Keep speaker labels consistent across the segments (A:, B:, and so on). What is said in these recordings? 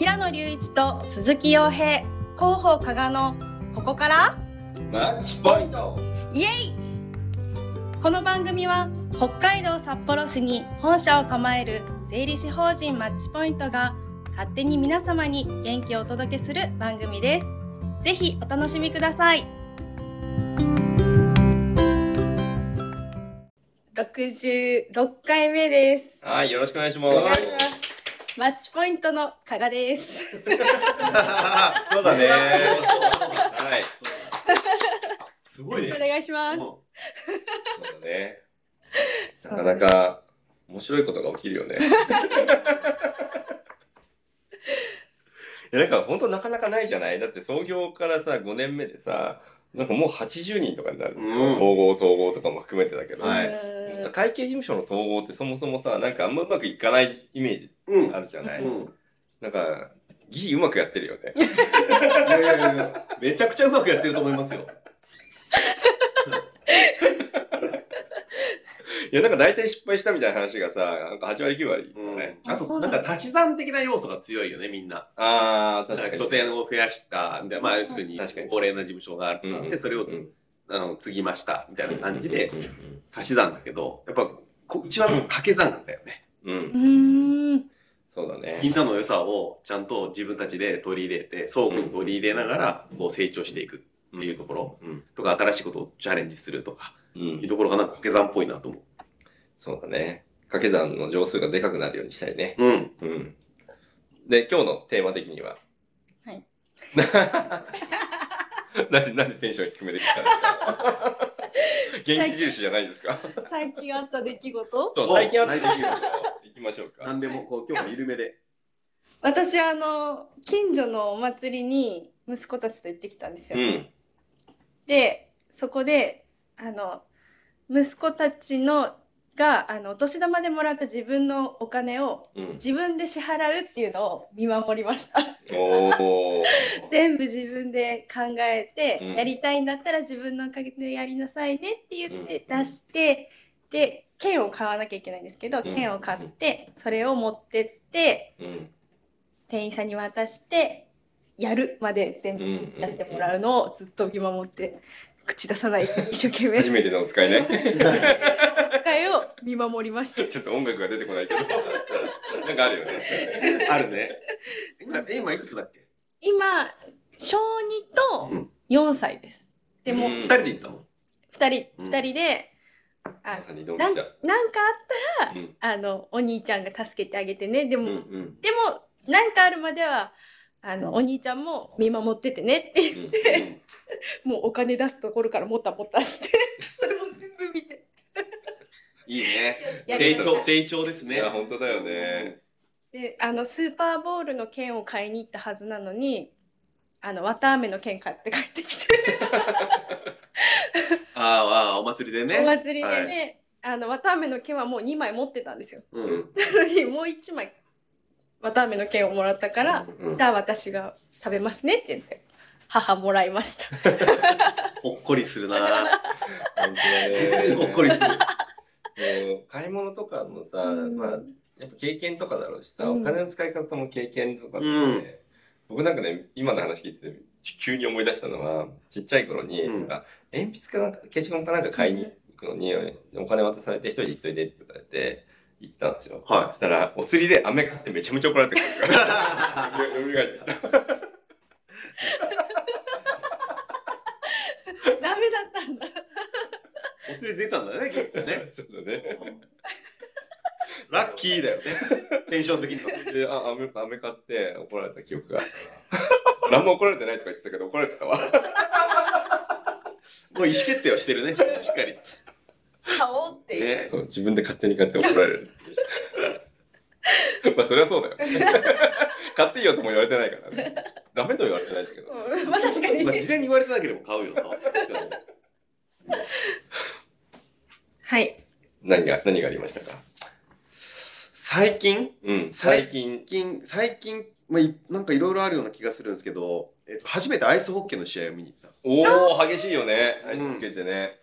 A: 野隆一と鈴木洋平広報加賀のここから
B: マッチポイント
A: イエイこの番組は北海道札幌市に本社を構える税理士法人マッチポイントが勝手に皆様に元気をお届けする番組ですぜひお楽しみください66回目です
C: はい、よろしくお願いしま
A: お
C: す。
A: 願いしますマッチポイントの加賀です
C: そうだね。
B: そうそうそう
C: はい。
B: すごい
A: お
B: ね。
A: 願いします
B: も
C: そうだね。なかなか面白いことが起きるよね。 いや、なんか本当なかなかないじゃないだって創業からさ、5年目でさ、なんかもう80人とかになる。
B: うん
C: 統合統合とかも含めてだけど。
B: はいう
A: ーん
C: 会計事務所の統合ってそもそもさ、なんかあんまうまくいかないイメージ
B: ううん
C: あるじゃない、
B: うん
C: なんか、ギリうまくやってるよね。
B: いやいやいやいやめちゃくちゃうまくやってると思いますよ。
C: いや、なんか大体失敗したみたいな話がさ、なんか8割9割だね。
B: あ
A: あそ
B: と、
A: うな
B: なんん
A: だ
B: か足し算的な要素が強いよね、みんな。
C: ああ、
B: だか
C: 確からに。
B: 拠点を増やした、でまあ、要するに
C: 確かに
B: 高齢な事務所があ
C: うん
B: っ
C: うん
B: て、それを
C: うん
B: あの継ぎましたみたいな感じで
C: うんうん
B: 足し算だけど、やっぱこうちはもう掛け算だよね。
C: うんうん。う
A: うんーん
C: そうだね。
B: みんなの良さをちゃんと自分たちで取り入れて、相互に取り入れながらこう成長していくっていうところ
C: うん。
B: とか、新しいことをチャレンジするとか、
C: う。
B: いうんところがなんか掛け算っぽいなと思
C: そうだね。掛け算の乗数がでかくなるようにしたいね。
B: う。うん。
C: うん。で、今日のテーマ的には。
A: はい。
C: なんで、なんでテンション低めで来たんですか元気印じゃないですか
A: 最近あった出来事
C: そう、
B: お
C: 最近あった出来事行きましょうか。
B: 何でもこう今日も緩めで。
A: 私あの近所のお祭りに息子たちと行ってきたんです
C: う
A: よ、
C: ん。
A: でそこであの息子たちのがあのお年玉でもらった自分のお金を
C: うん。
A: 自分で支払うっていうのを見守りました
C: おー。
A: 全部自分で考えて、
C: うん
A: やりたいんだったら自分のおかげでやりなさいねって言って
C: うん
A: 出して、で券を買わなきゃいけないんですけど
C: ん
A: 券を買ってそれを持ってって
C: うん。
A: 店員さんに渡してやるまで全部
C: ん
A: やってもらうのをずっと見守って口出さない一生懸命
C: 初めてのお使いね。
A: 会を見守りました。
C: ちょっと音楽が出てこないけど。なんかあるよね。
B: あるね。今、今いくつだっけ
A: 今小2
B: う
A: と
B: ん
A: 4歳です。でも
C: う
A: 2
B: 二
C: ん
B: 人で行った
A: 人
B: のうん
A: 二人で、あ
C: まさにドン
A: なん
C: ピ
A: な
C: シ
A: んかあ
C: ャ。うん。
A: ったらあのお兄ちゃんが助けてあげてね。で
C: う
A: も、
C: んうん。
A: でもなんかあるまではあのお兄ちゃんも見守っててねって
C: うん
A: もうお金出すところからもたもたして それも全部見て
B: いいね。
A: や
B: 成
A: りまし
B: 長、
A: た。
B: 成長です
C: い
B: ね。
C: や、本当だよね。
A: であのスーパーボールの券を買いに行ったはずなのにあの綿あめの券買って帰ってきて。
B: あーあー、お祭りでね。
A: お祭りでね、あの綿あめの券はもう2枚持ってたんですよ。
B: はい。うん。
A: なのにもう1枚綿あめの券をもらったから、
C: うん
A: じゃあ私が食べますねって言って母もらいました。
B: ほっこりす るな。
C: 本当だね。
B: ほっこりする。
C: そう買い物とかもさ、
A: うん
C: まあ、やっぱ経験とかだろうしさ、
A: うん
C: お金の使い方も経験とかって、
B: うん
C: 僕なんかね、今の話聞いてて、急に思い出したのは、ちっちゃい頃に、
B: うん
C: なんか鉛筆かなんか、消しゴムかなんか買いに行くのに、お金渡されて、一人で行っといでって言われて、行ったんですよ。
B: は
C: そしたら、お釣りで飴買ってめちゃめちゃ怒られてくるから。
B: い。
C: よみがえってきた。
A: ダメだったんだ。
B: お釣り出たんだね、結構ね。
C: そうだね。
B: ラッキーだよね。テンション的には。
C: で、あ、アメアメ買って怒られた記憶が。何も怒られてないと か言ってたけど、怒られてたわ。
B: もう意思決定はしてるね、しっかり。
A: 買 おうっていう。
B: ね、
C: そう、自分で勝手に買って怒られる。 まあ、そりゃそうだよ。 買っていいよとも言われてないからね。ダメと言われてないんだけど。
A: うんまあ確かに
B: まあ、事前に言われてなければ買うよな。確 かに
A: はい。
C: 何が、何がありましたか
B: 最近
C: うん、
B: 最
C: 最近
B: 最。近、最近、まあ、いなんかいろいろあるような気がするんですけど、えっと、初めてアイスホッケーの試合を見に行った。
C: おお激しいよね。アイスホッケーってね。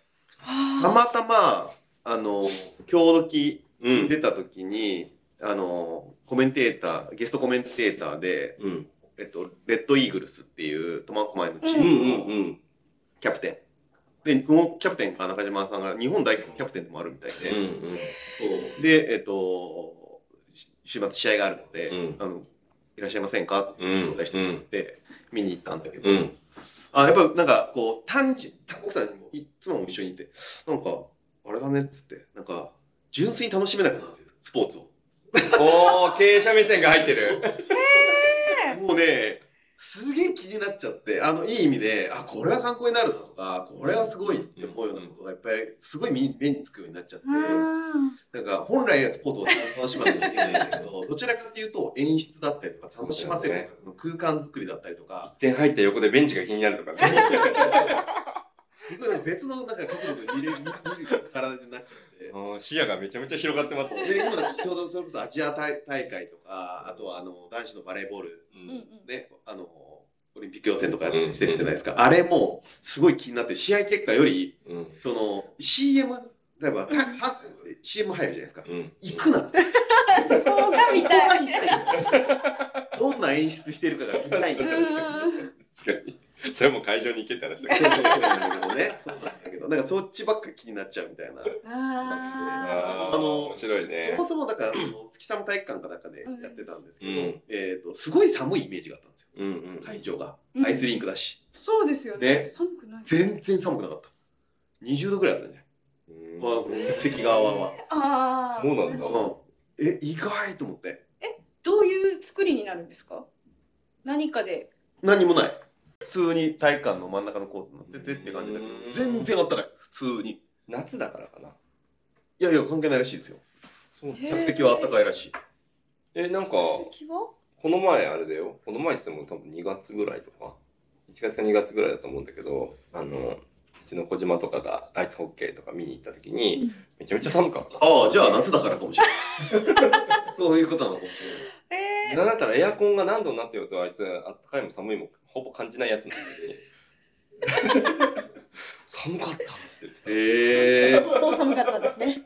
B: たまたま、あの、強時
C: うん。
B: 出た時に、あの、コメンテーター、ゲストコメンテーターで、
C: うん。
B: えっと、レッドイーグルスっていう苫小牧のチ
C: う
B: ー
C: んう
B: ム
C: ん
B: の
C: うん。
B: キャプテン。で、このキャプテンか中島さんが日本代表のキャプテンでもあるみたいで、
C: うんうん。
B: そうで、えっと、し週末試合があるので、
C: うん
B: あのいらっしゃいませんかって招待してもらって、見に行ったんだけど、
C: うん。
B: あやっぱなんかこう単純、単奥さんもいつも一緒にいて、なんか、あれだねっつって、なんか、純粋に楽しめなくなってる、スポーツを。
C: おー、経営者目線が入ってる。
B: もうね、すげえ気になっちゃって、あのいい意味で、あこれは参考になるなとか、これはすごいって思うようなことがいっぱい、すごい目目につくようになっちゃって。なんか本来はスポーツを楽しまなきゃいけないんだけど、ど ちらかというと演出だったりとか、楽しませるとか、空間作りだったりとか、
C: 点入った横でベンチが気になるとかね。
B: すごいなんか別のなんか角度で見れ見見る体になっちゃ
C: おー視野がめちゃめちゃ広がってます
B: って。
C: ね。
B: で、今だとちょうどそれこそアジア大大会とか、あとはあの男子のバレーボール、
A: う
C: う
A: ん
C: ん。
B: ね、あの、オリンピック予選とかやったりしてるじゃないですか。あれもすごい気になって、試合結果より、
C: うん。
B: その CM、例えば、はは CM 入るじゃないですか。
C: うん。
B: 行くな
A: そこがみたい。
B: どんな演出してるかが見たいんだよ
C: それはもう会場に行けって話
B: そ
C: だ
B: うそ
C: け
B: うそうなんだけどね。そうなんだけど、なんかそっちばっか気になっちゃうみたいな。
C: ど。
A: あ
C: あ
B: あ
C: あ、
B: の
C: 面白いね
B: そ。もそもだから、あの月寒体育館かなんかでやってたんですけど、
C: うん
B: えっ、と、すごい寒いイメージがあったんですよ。
C: うんうん。
B: 会場が
A: う。ん
B: アイスリンクだし、
A: そうですよね。
B: ね
A: 寒くない。
B: 全然寒くなかった。20度ぐらいあったね。
C: うん
B: まあ、この関川は。
A: ああ。
C: そうなんだ
B: う。ん。え、意外と思って。
A: どういう作りになるんですか。何かで。
B: 何もない。普通に体育館の真ん中のコートになっててって感じだけ
C: うん
B: ど、全然あったかい。普通に。い
C: 夏だからかな。
B: やいや、関係ないらしいですよ。
C: そう
A: へー
B: 客席はあったかいらしい。
C: え、なんか、
A: 化
C: こ
A: 石は。
C: の前あれだよ。この前っつっても多分2月ぐらいとか。1月か2月ぐらいだと思うんだけど、あの、うちの小島とかがアイスホッケーとか見に行った時に、めちゃめちゃ寒かった。
B: ああ、じゃあ夏だからかもしれない。 そういうことなのかもしれない。
A: え
C: なんだったらエアコンが何度になってようとあいつあったかいも寒いもほぼ感じないやつなのに 寒かったって言ってた
B: へ
A: え
B: え。
A: 相当寒かったですね。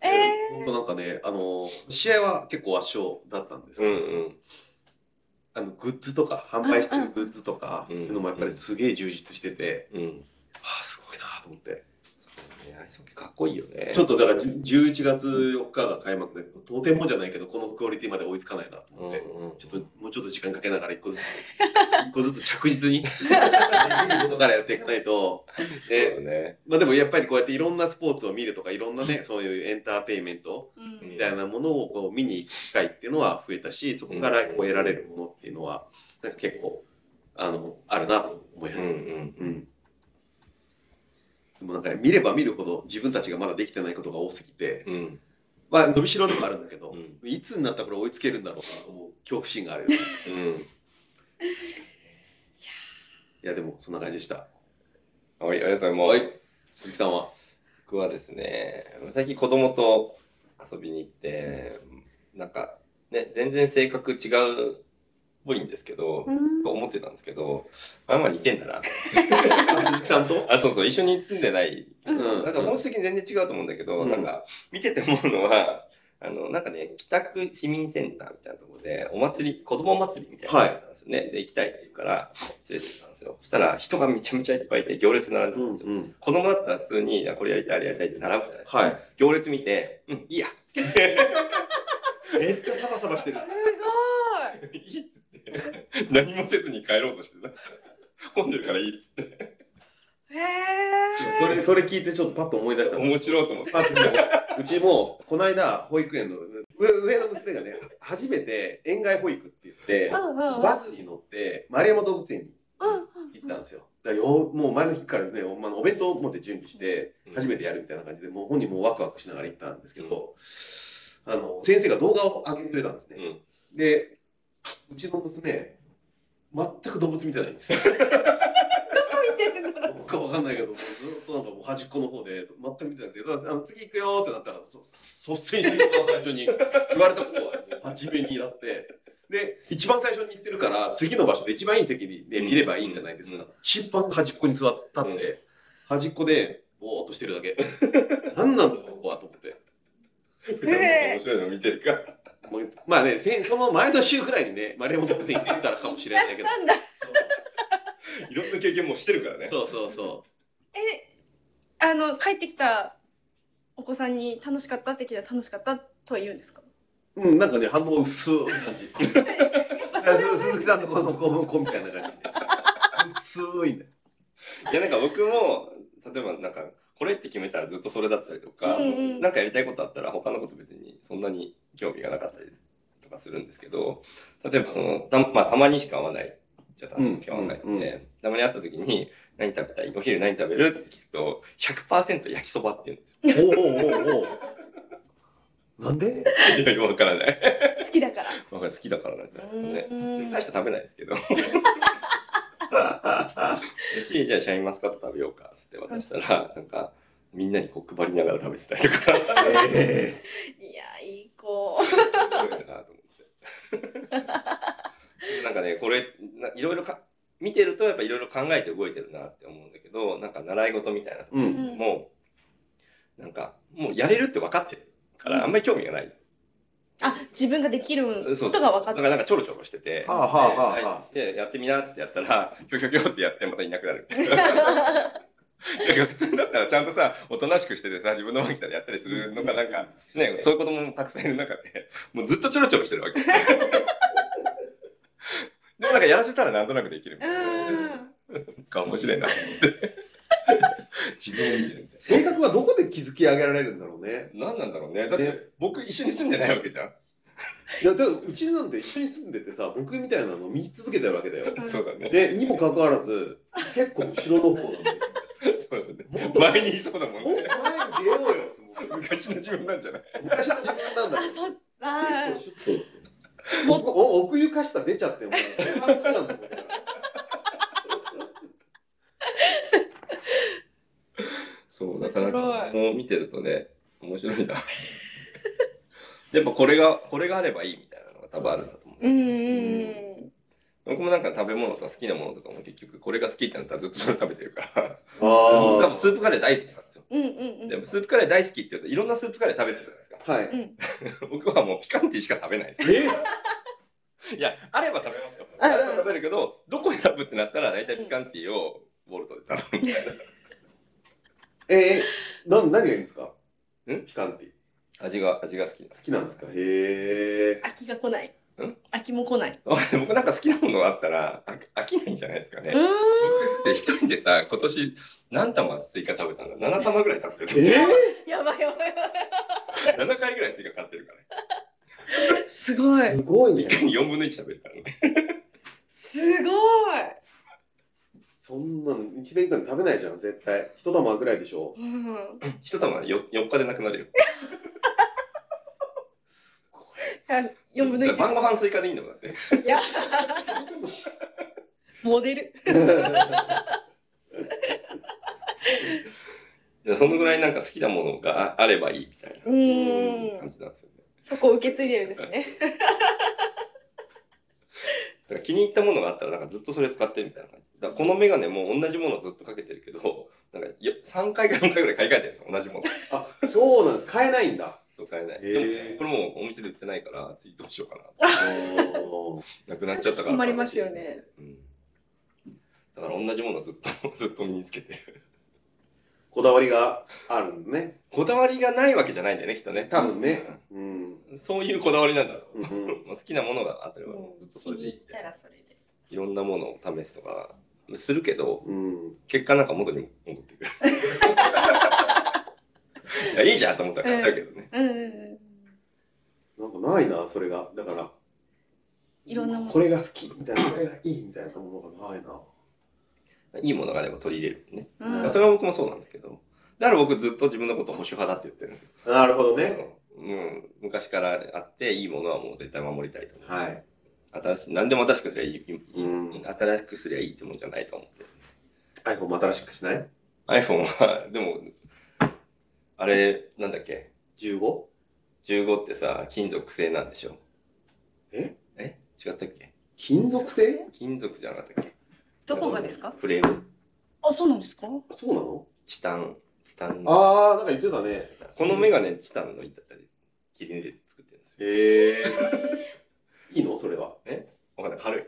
A: え
B: 本当なんかね、あの、試合は結構圧勝だったんです
C: う
B: け
C: ん
B: ど、
C: うん
B: あの、グッズとか、販売してるグッズとか、
C: う
B: そう
C: ん
B: いうのもやっぱりすげえ充実してて、
C: うん
B: ああ、すごいなと思って。
C: そうねアイスホッケーかっこいいよね
B: ちょっとだから、じゅ11月4日が開幕だけど、とてもじゃないけど、このクオリティまで追いつかないなと
C: うん
B: 思
C: う
B: って、
C: ん
B: ちょっともうちょっと時間かけながら一個 ずつ、一個ずつ着実に、できることからやっていかないと、
C: そう
B: ね
C: だね
B: まあでもやっぱりこうやっていろんなスポーツを見るとか、いろんなね、そういうエンターテインメント、
A: う
B: み
A: ん。
B: たいなものをこう見に行く機会っていうのは増えたし、そこからこう得られるものっていうのは、なんか結構、あの、あるなと思い
C: うん
B: ま
C: う
B: す。
C: ん
B: うん。でもなんか見れば見るほど自分たちがまだできてないことが多すぎて、
C: うん
B: まあ伸びしろでもあるんだけど
C: う、ん
B: いつになったらこれ追いつけるんだろうかと思う恐怖心がある よね。
C: うん
B: いや、でもそんな感じでした。
C: はいありがとうござい
B: は
C: ま
B: い
C: す
B: 鈴木さん は
C: 僕はですね最近子供と遊びに行ってなんかね全然性格違うっぽいんですけど
A: うん
C: と思ってたんですけどまあまあ似てんだな
B: あ鈴木さんと
C: あ、そうそう、一緒に住んでない。
A: うん
C: なんか本質的に全然違うと思うんだけど、
B: うん
C: なんか、見てて思うのは、あの、なんかね、北区市民センターみたいなところで、お祭り、子供祭りみたいなのがあったんですよね。で、行きたいって言うから、連れてったんですよ。そしたら、人がめちゃめちゃいっぱいいて、行列並んで
B: う
C: た
B: ん
C: んですよ。
B: うん。
C: 子供だったら普通に、いやこれやりたい、あれやりたいって並ぶじゃないですか。
B: はい。
C: 行列見て、うん、いいや、
B: めっちゃサバサバしてる。
A: すごい。
C: いいっつって、何もせずに帰ろうとしてた。混んでるからいいっつって、
A: へ
B: そ
A: え。
B: れ、それ聞いてちょっとパッと思い出した。
C: 面白いと思って。
B: あうちも、この間、保育園の、上上の娘がね、初めて園外保育って言って
A: う、んうんうん。
B: バスに乗って、丸山動物園に
A: うんうん
B: 行ったんですよ。だからよもう前の日からね、お,、まあ、お弁当を持って準備して
C: うん、
B: 初めてやるみたいな感じで、もう本人もワクワクしながら行ったんですけど、あの、先生が動画を上げてくれたんです
C: う
B: ね。
C: ん。
B: で、うちの娘、全く動物見てないんですよ。
A: 見てるんだろう。。
B: どこかわかんないけど、もうずっとなんかもう端っこの方で、全く見てなくて、だからあの次行くよってなったら、そ率先して一番最初に言われたことは、初めになって、で、一番最初に行ってるから、次の場所で一番いい席で見ればいいんじゃないです
C: うんう
B: か。審判端っこに座って立って、端っこでぼーっとしてるだけ。何なんだろう、ここはと思って。
C: 面白い白いの見てるから。
B: もうまあね、せその前の週くらいにね、まあ、レモンドに行ってたらかもしれないけど。
C: いろんな経験もしてるからね。
B: そうそうそう
A: え、あの、帰ってきたお子さんに楽しかったって聞いたら楽しかったとは言うんですか
B: うん、なんかね、反応薄い感じ。 鈴木さんのこの公文庫みたいな感じ。薄いね。
C: いや、なんか僕も、例えばなんか、これって決めたらずっとそれだったりとか、うんうん、なんかやりたいことあったら他のこと別にそんなに興味がなかったりとかするんですけど、例えばその、た,、まあ、たまにしか会わない。じゃあ、たまにしか会わないので、たまに会った時に、何食べたいお昼何食べるって聞くと、100%焼きそばって言うんですよ。
B: おおおおなんで
C: い や、わからない。
A: 好きだから。
C: わか好きだからなんだね。大して食べないです けど。し、じゃあシャインマスカット食べようか、つって渡したら、なんか、みんなにこう配りながら食べてたりとか。
A: えー、いや、いい子。す
C: ごいなと思って。なんかね、これ、いろいろか、見てるとやっぱいろいろ考えて動いてるなって思うんだけど、なんか習い事みたいなところも、うん、なんか、もうやれるって分かってる。からあんまり興味がない。
A: あ、自分ができることが分かって
C: だからなんかちょろちょろしてて、
B: はあはあは
C: あ、で、やってみなってやったら、ひょひょひょってやってまたいなくなる。いや普通だったらちゃんとさ、おとなしくしててさ、自分の前に来たらやったりするのがなんか、ね、そういう子供もたくさんいる中で、もうずっとちょろちょろしてる わけ。でもなんかやらせたらなんとなくできるみたいな。なんか面白いなって。
B: 自分を見てるみたい性格はどこで築き上げられるんだろうね。
C: 何なんだろうね。だって僕一緒に住んでないわけじゃん。
B: いや、だからうちなんて一緒に住んでてさ、僕みたいなの見続けてるわけだよ。
C: そうだね。
B: で、にもかかわらず、結構後ろの方なんだよ。
C: そうだね。前にいそうだもんね。
B: 前に出ようよ。
C: 昔の自分なんじゃない
B: 昔の自分なんだよ。
A: あ、 そっか。。
B: 僕、奥ゆかしさ出ちゃっても、なんだもん。
C: そう、だから、もう見てるとね、面白いな。やっぱこれが、これがあればいいみたいなのが多分あるんだと思う。うん僕もなんか食べ物とか好きなものとかも結局これが好きってなったらずっとそれ食べてるから。多分スープカレー大好きなんですよ。
A: うんうんうん、
C: でもスープカレー大好きって言うといろんなスープカレー食べてるじゃ
B: ないです
C: か。はい。僕はもうピカンティしか食べないです。えー、いや、あれば食べますよ。あれば食べるけど、どこ選ぶってなったら大体ピカンティをボルトで頼むみたいな。
B: えー、な何がいいんですかんピカンティ。
C: 味が、味が好き
B: 好きなんですかへえ。
A: 飽きが来ない。
C: ん
A: 飽きも来ない。
C: 僕なんか好きなものがあったら飽きないんじゃないですかね。僕って一人でさ、今年何玉スイカ食べたんだ ?7 玉ぐらい食べて
B: る。
A: えー、やばいやばい、
C: やばい。7回ぐらいスイカ買ってるから
A: ね。すごい。
B: すごいね。
C: 1回に4分の1食べるからね。
A: すごい。
B: そんなの1年間食べないじゃん、絶対。一玉ぐらいでし
A: ょ。うん、
C: 一玉 4, 4日でなくなるよ。
B: すご
A: い。4分の1。
C: 晩ご飯追加でいいんだもん、だって。
A: いや。 モデル。
C: いやそのぐらいなんか好きなものがあればいいみたいな感じなんですよね。
A: そこを受け継いでるんですね。
C: だから気に入ったものがあったらなんかずっとそれ使ってるみたいな感じ。だこのメガネも同じものずっとかけてるけど、なんか3回か4回ぐらい買い替えてるんですよ、同じもの。
B: あ、そうなんです。買えないんだ。
C: そう、買えない。でも、これもお店で売ってないから、次どうしようかな。なくなっちゃったから。
A: 困りますよね、
C: うん。だから同じものずっと、 ずっと身につけてる。
B: こだわりがあるのね。
C: こだわりがないわけじゃないんだよね、きっとね。
B: 多分ね。うん。
C: そういうこだわりなんだろう。うん うん、好きなものがあったら、ずっとそれでいい。
A: たらそれで。
C: いろんなものを試すとか、するけど、
B: うん、。
C: 結果なんか元に戻ってく る。いや、いいじゃんと思ったら買っちゃうけどね。
A: うん
B: なんかないな、それが。だから、
A: いろんなもの。
B: これが好きみたいな、これがいいみたいなものがないな。
C: いいものがあれば取り入れるね。うん、それは僕もそうなんだけど。だから僕ずっと自分のこと保守派だって言ってるんですよ。
B: なるほどね。
C: うん。昔からあって、いいものはもう絶対守りたいと思う
B: はい。
C: 新しい、何でも新しくすりゃいい、うん、新しくすりゃいいってもんじゃないと思ってる。
B: iPhone も新しくしない
C: ?iPhone は、でも、あれ、なんだっけ
B: ?15?15
C: 15ってさ、金属製なんでしょ
B: え
C: え違ったっけ
B: 金属製
C: 金属じゃなかったっけ
A: どこがですか
C: フレーム。
A: あ、そうなんですか
B: そうなの
C: チタン、チタン。
B: ああ、なんか言ってたね。
C: このメガネ、チタンの板だ切り抜いて作ってるんですよ。
B: えー、いいのそれは。
C: わかんない、軽い。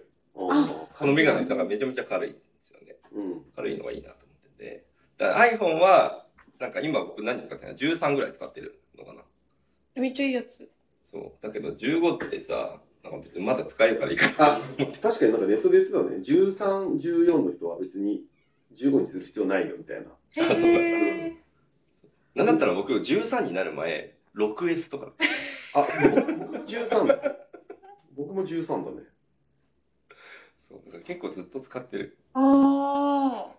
B: あ
C: このメガネ、だからめちゃめちゃ軽いんですよね。
B: うん。
C: 軽いのがいいなと思ってて。だから iPhone は、なんか今僕何使ってるの ?13 ぐらい使ってるのかな。
A: めっちゃいいやつ。
C: そう。だけど15ってさ、なんか別にまだ使えるからいいか
B: あ、確かになんかネットで言ってたね。13、14の人は別に15にする必要ないよみたいな。
A: へ
C: そうだ
A: え。
C: な。なんだったら僕13になる前、6S とか。
B: あ、僕も13だ。僕も13だね。
C: そう。だから結構ずっと使ってる。
A: あ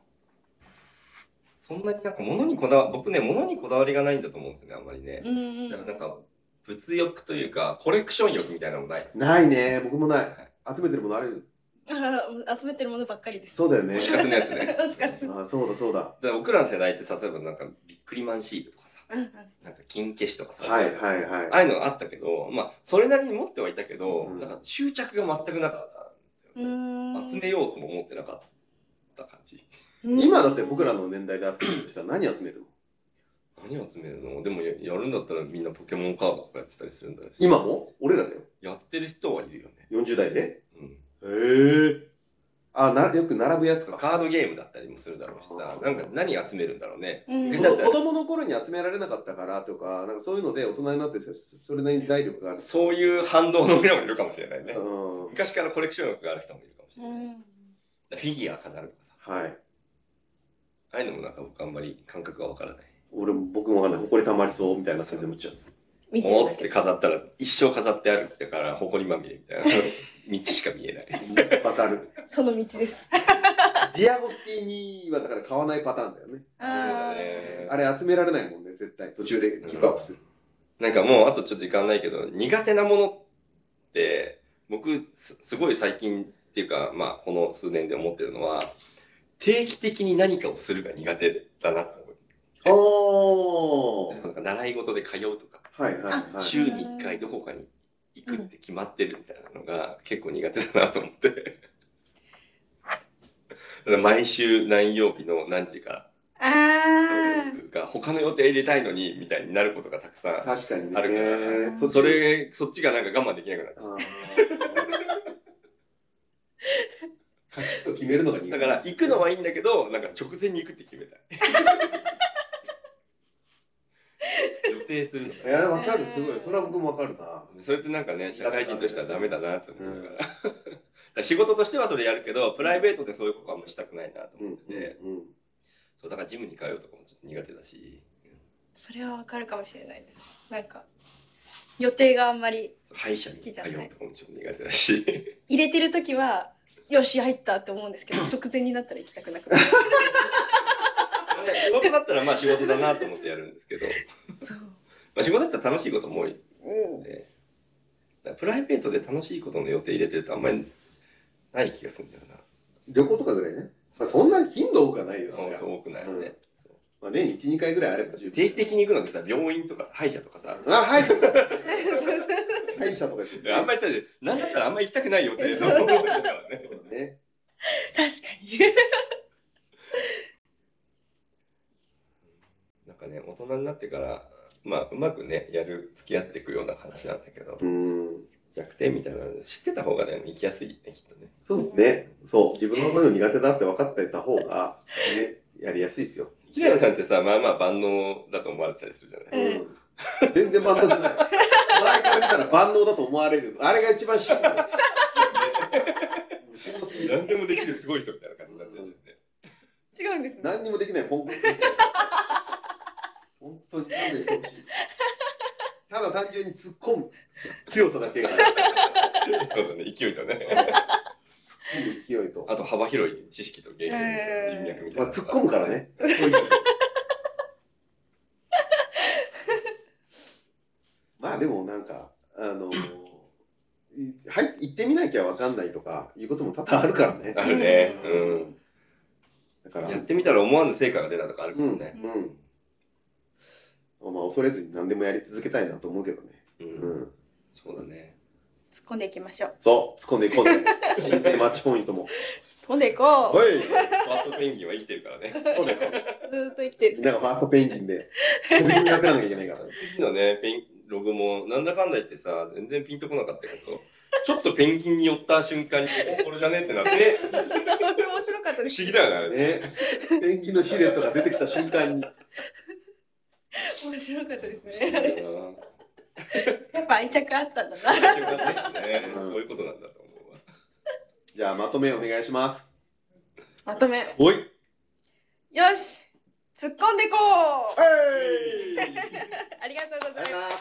C: そんなになんか物にこだわ、僕ね、物にこだわりがないんだと思うんですよね、あんまりね
A: あ。。うんうん。
C: だからなんか、物欲というか、コレクション欲みたいなのもないです。
B: ないね。僕もない。集めてるものある。
A: あー集めてるものばっかりです。
B: そうだよね。
C: 推し活のや つね。
A: 推し活
B: あ、そうだそうだ。
C: だから僕らの世代ってさ、例えばなんか、ビックリマンシールとかさ、
A: うんうん
C: なんか金消しとかさ、
B: はいはいはい。
C: ああいうのあったけど、まあ、それなりに持ってはいたけど、
B: うん
C: なんか執着が全くなかったんだよね、
A: うーん
C: 集めようとも思ってなかった感じ。
B: 今だって僕らの年代で集めるとしたら何集めるの
C: 何集めるのでもややるんだったらみんなポケモンカードとかやってたりするんだし。
B: 今も俺らだよ。
C: やってる人はいるよね。
B: 40代で。
C: うん。
B: へえ。あな、よく並ぶやつか。
C: カードゲームだったりもするだろうしさ、なんか何集めるんだろうね。
A: うん
B: 子供子供の頃に集められなかったからとか、なんかそういうので大人になってそそれなりに財力がある。
C: そういう反動の親もいるかもしれないね。
B: うん。
C: 昔からコレクション欲がある人もいるかもし
A: う
C: れな
A: ん
C: いし。だからフィギュア飾るとかさ、
B: はい。
C: ああいうのもなんか僕あんまり感覚がわからない。
B: 俺も僕もわかんない。埃たまりそうみたいな感じで思っちゃう。
A: 見て
C: お
A: る
C: ー
A: だ
C: っ
A: け
C: て飾ったら、一生飾ってあるってから、埃まみれみ たいな道しか見えない。
B: わかる。
A: その道です。
B: ディアゴスティーニはだから買わないパターンだよね。
A: あー
B: あれ集められないもんね、絶対。途中でピックアップする。
C: なんかもうあとちょっと時間ないけど、苦手なものって、僕す、すごい最近っていうか、まあ、この数年で思ってるのは、定期的に何かをするが苦手だなって思
B: あー
C: う。なんか習い事で通うとか、
B: はいはいはい。
C: 週に1回どこかに行くって決まってるみたいなのが結構苦手だなと思って。だ から毎週何曜日の何時から
A: あ
C: が他の予定入れたいのにみたいになることがたくさん
B: 確かに
C: あるから
B: ね。
C: そそれそっちがなんか我慢できなくなっ
B: あー。カチッと決めるのが苦手
C: だから行くのはいいんだけどなんか直前に行くって決めた い予定するの
B: いや、わかる、すごい。それは僕もわかるな。
C: それってなんかね社会人としてはダメだなって思うから,、 だから仕事としてはそれやるけどプライベートでそういうことはあんましたくないなと
B: うん
C: 思ってて、
B: うんうん。
C: そうだからジムに通うとかもちょっと苦手だし
A: それはわかるかもしれないです。なんか、予定があんまり
C: そう歯医者に通うとかもちょっと苦手だし
A: 入れてるときは、よし、入ったって思うんですけど、直前になったら行きたくなくなる。
C: 仕事だったらまあ仕事だなと思ってやるんですけど
A: そう。
C: まあ、仕事だったら楽しいことも多い
A: うん
C: ので、だからプライベートで楽しいことの予定入れてるとあんまりない気がするんだよな。
B: 旅行とかぐらいね。まあ、そんな頻度多くはないよ、
C: そう
B: りゃ
C: そう多くないよね、そ
B: まあ、年に1、2回ぐらいあれば十
C: う
B: 分
C: 定期的に行くのってさ、病院とかさ、歯医者とかさ、
B: あ、はい。歯医者とか言って
C: あんまりさ、なんだったらあんまり行きたくない予定
A: そ
C: そうう思うからね。
B: そうだね。
A: 確かに。
C: なんかね、大人になってから、まあ、うまくね、やる、付き合っていくような話なんだけど
B: う、ん。
C: 弱点みたいなの知ってた方がね、行きやすいね、きっとね。
B: そうですね。そう。自分のこと苦手だって分かってた方が、ね、やりやすいですよ。
C: 平野さんってさ、まあまあ万能だと思われてたりするじゃない。
A: え
B: うん全然万能じゃない。周りから見たら万能だと思われる。あれが一番しんどい。 ねしんどすぎる
C: 何でもできるすごい人みたいな感じになってるよね。
A: 違うんですね。
B: 何にもできないポンコツですよ。本当に勘弁してほしい。ただ単純に突っ込む強さだけが、突っ
C: そうだね、勢いとね。
B: 込む勢いと。
C: あと幅広い知識と経験、
A: えー
C: 人脈みた
B: ま
C: いな。
B: あ、突っ込むから。ね。まあでもなんか、あの、いはい、行ってみなきゃわかんないとかいうことも多々あるからね。
C: あるね。うん。
B: だから、
C: やってみたら思わぬ成果が出たとかあるか
B: うん、う
C: も
B: ん
C: ね。。
B: まあ恐れずに何でもやり続けたいなと思うけどね。
C: う。
B: うんん。
C: そうだね。
A: 突っ込んでいきましょう。
B: そう、突っ込んでいこうね。人生マッチポイントも。
A: 突っ込んでいこ
B: い
C: ファーストペンギンは生きてるからね。
B: そうだよ。
A: う。ずーっと生きて
B: み
A: る。
B: んながファーストペンギンで、飛びになくなきゃいけないから。
C: 次のね、ペン、ロゴも、なんだかんだ言ってさ、全然ピンとこなかったけど、ちょっとペンギンに寄った瞬間に、 おこれじゃねえってなって、
A: これ面白かったで
C: 不
A: す。
C: 思議だよね、あれね。
B: ね、ペンギンのシルエットが出てきた瞬間に、
A: 面白かったです
C: 不思議
A: ね。
C: だ な
A: やっぱ愛着あったんだな。
C: 面白かったですね。
B: うん
C: そういうことなんだと思うわ。
B: じゃあまとめお願いし ます。
A: まとめ。
B: おい、
A: よし突っ込んでこう
B: えい、
A: ありがとうご
B: あ
A: ざ
B: り
A: います。
B: が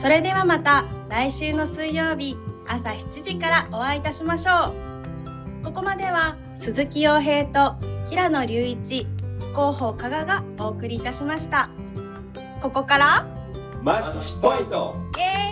A: それではまた来週の水曜日朝7時からお会いいたしましょう。ここまでは鈴木洋平と平野隆一、広報加賀がお送りいたしました。ここから
B: とうマッチポイント。
A: イエーイ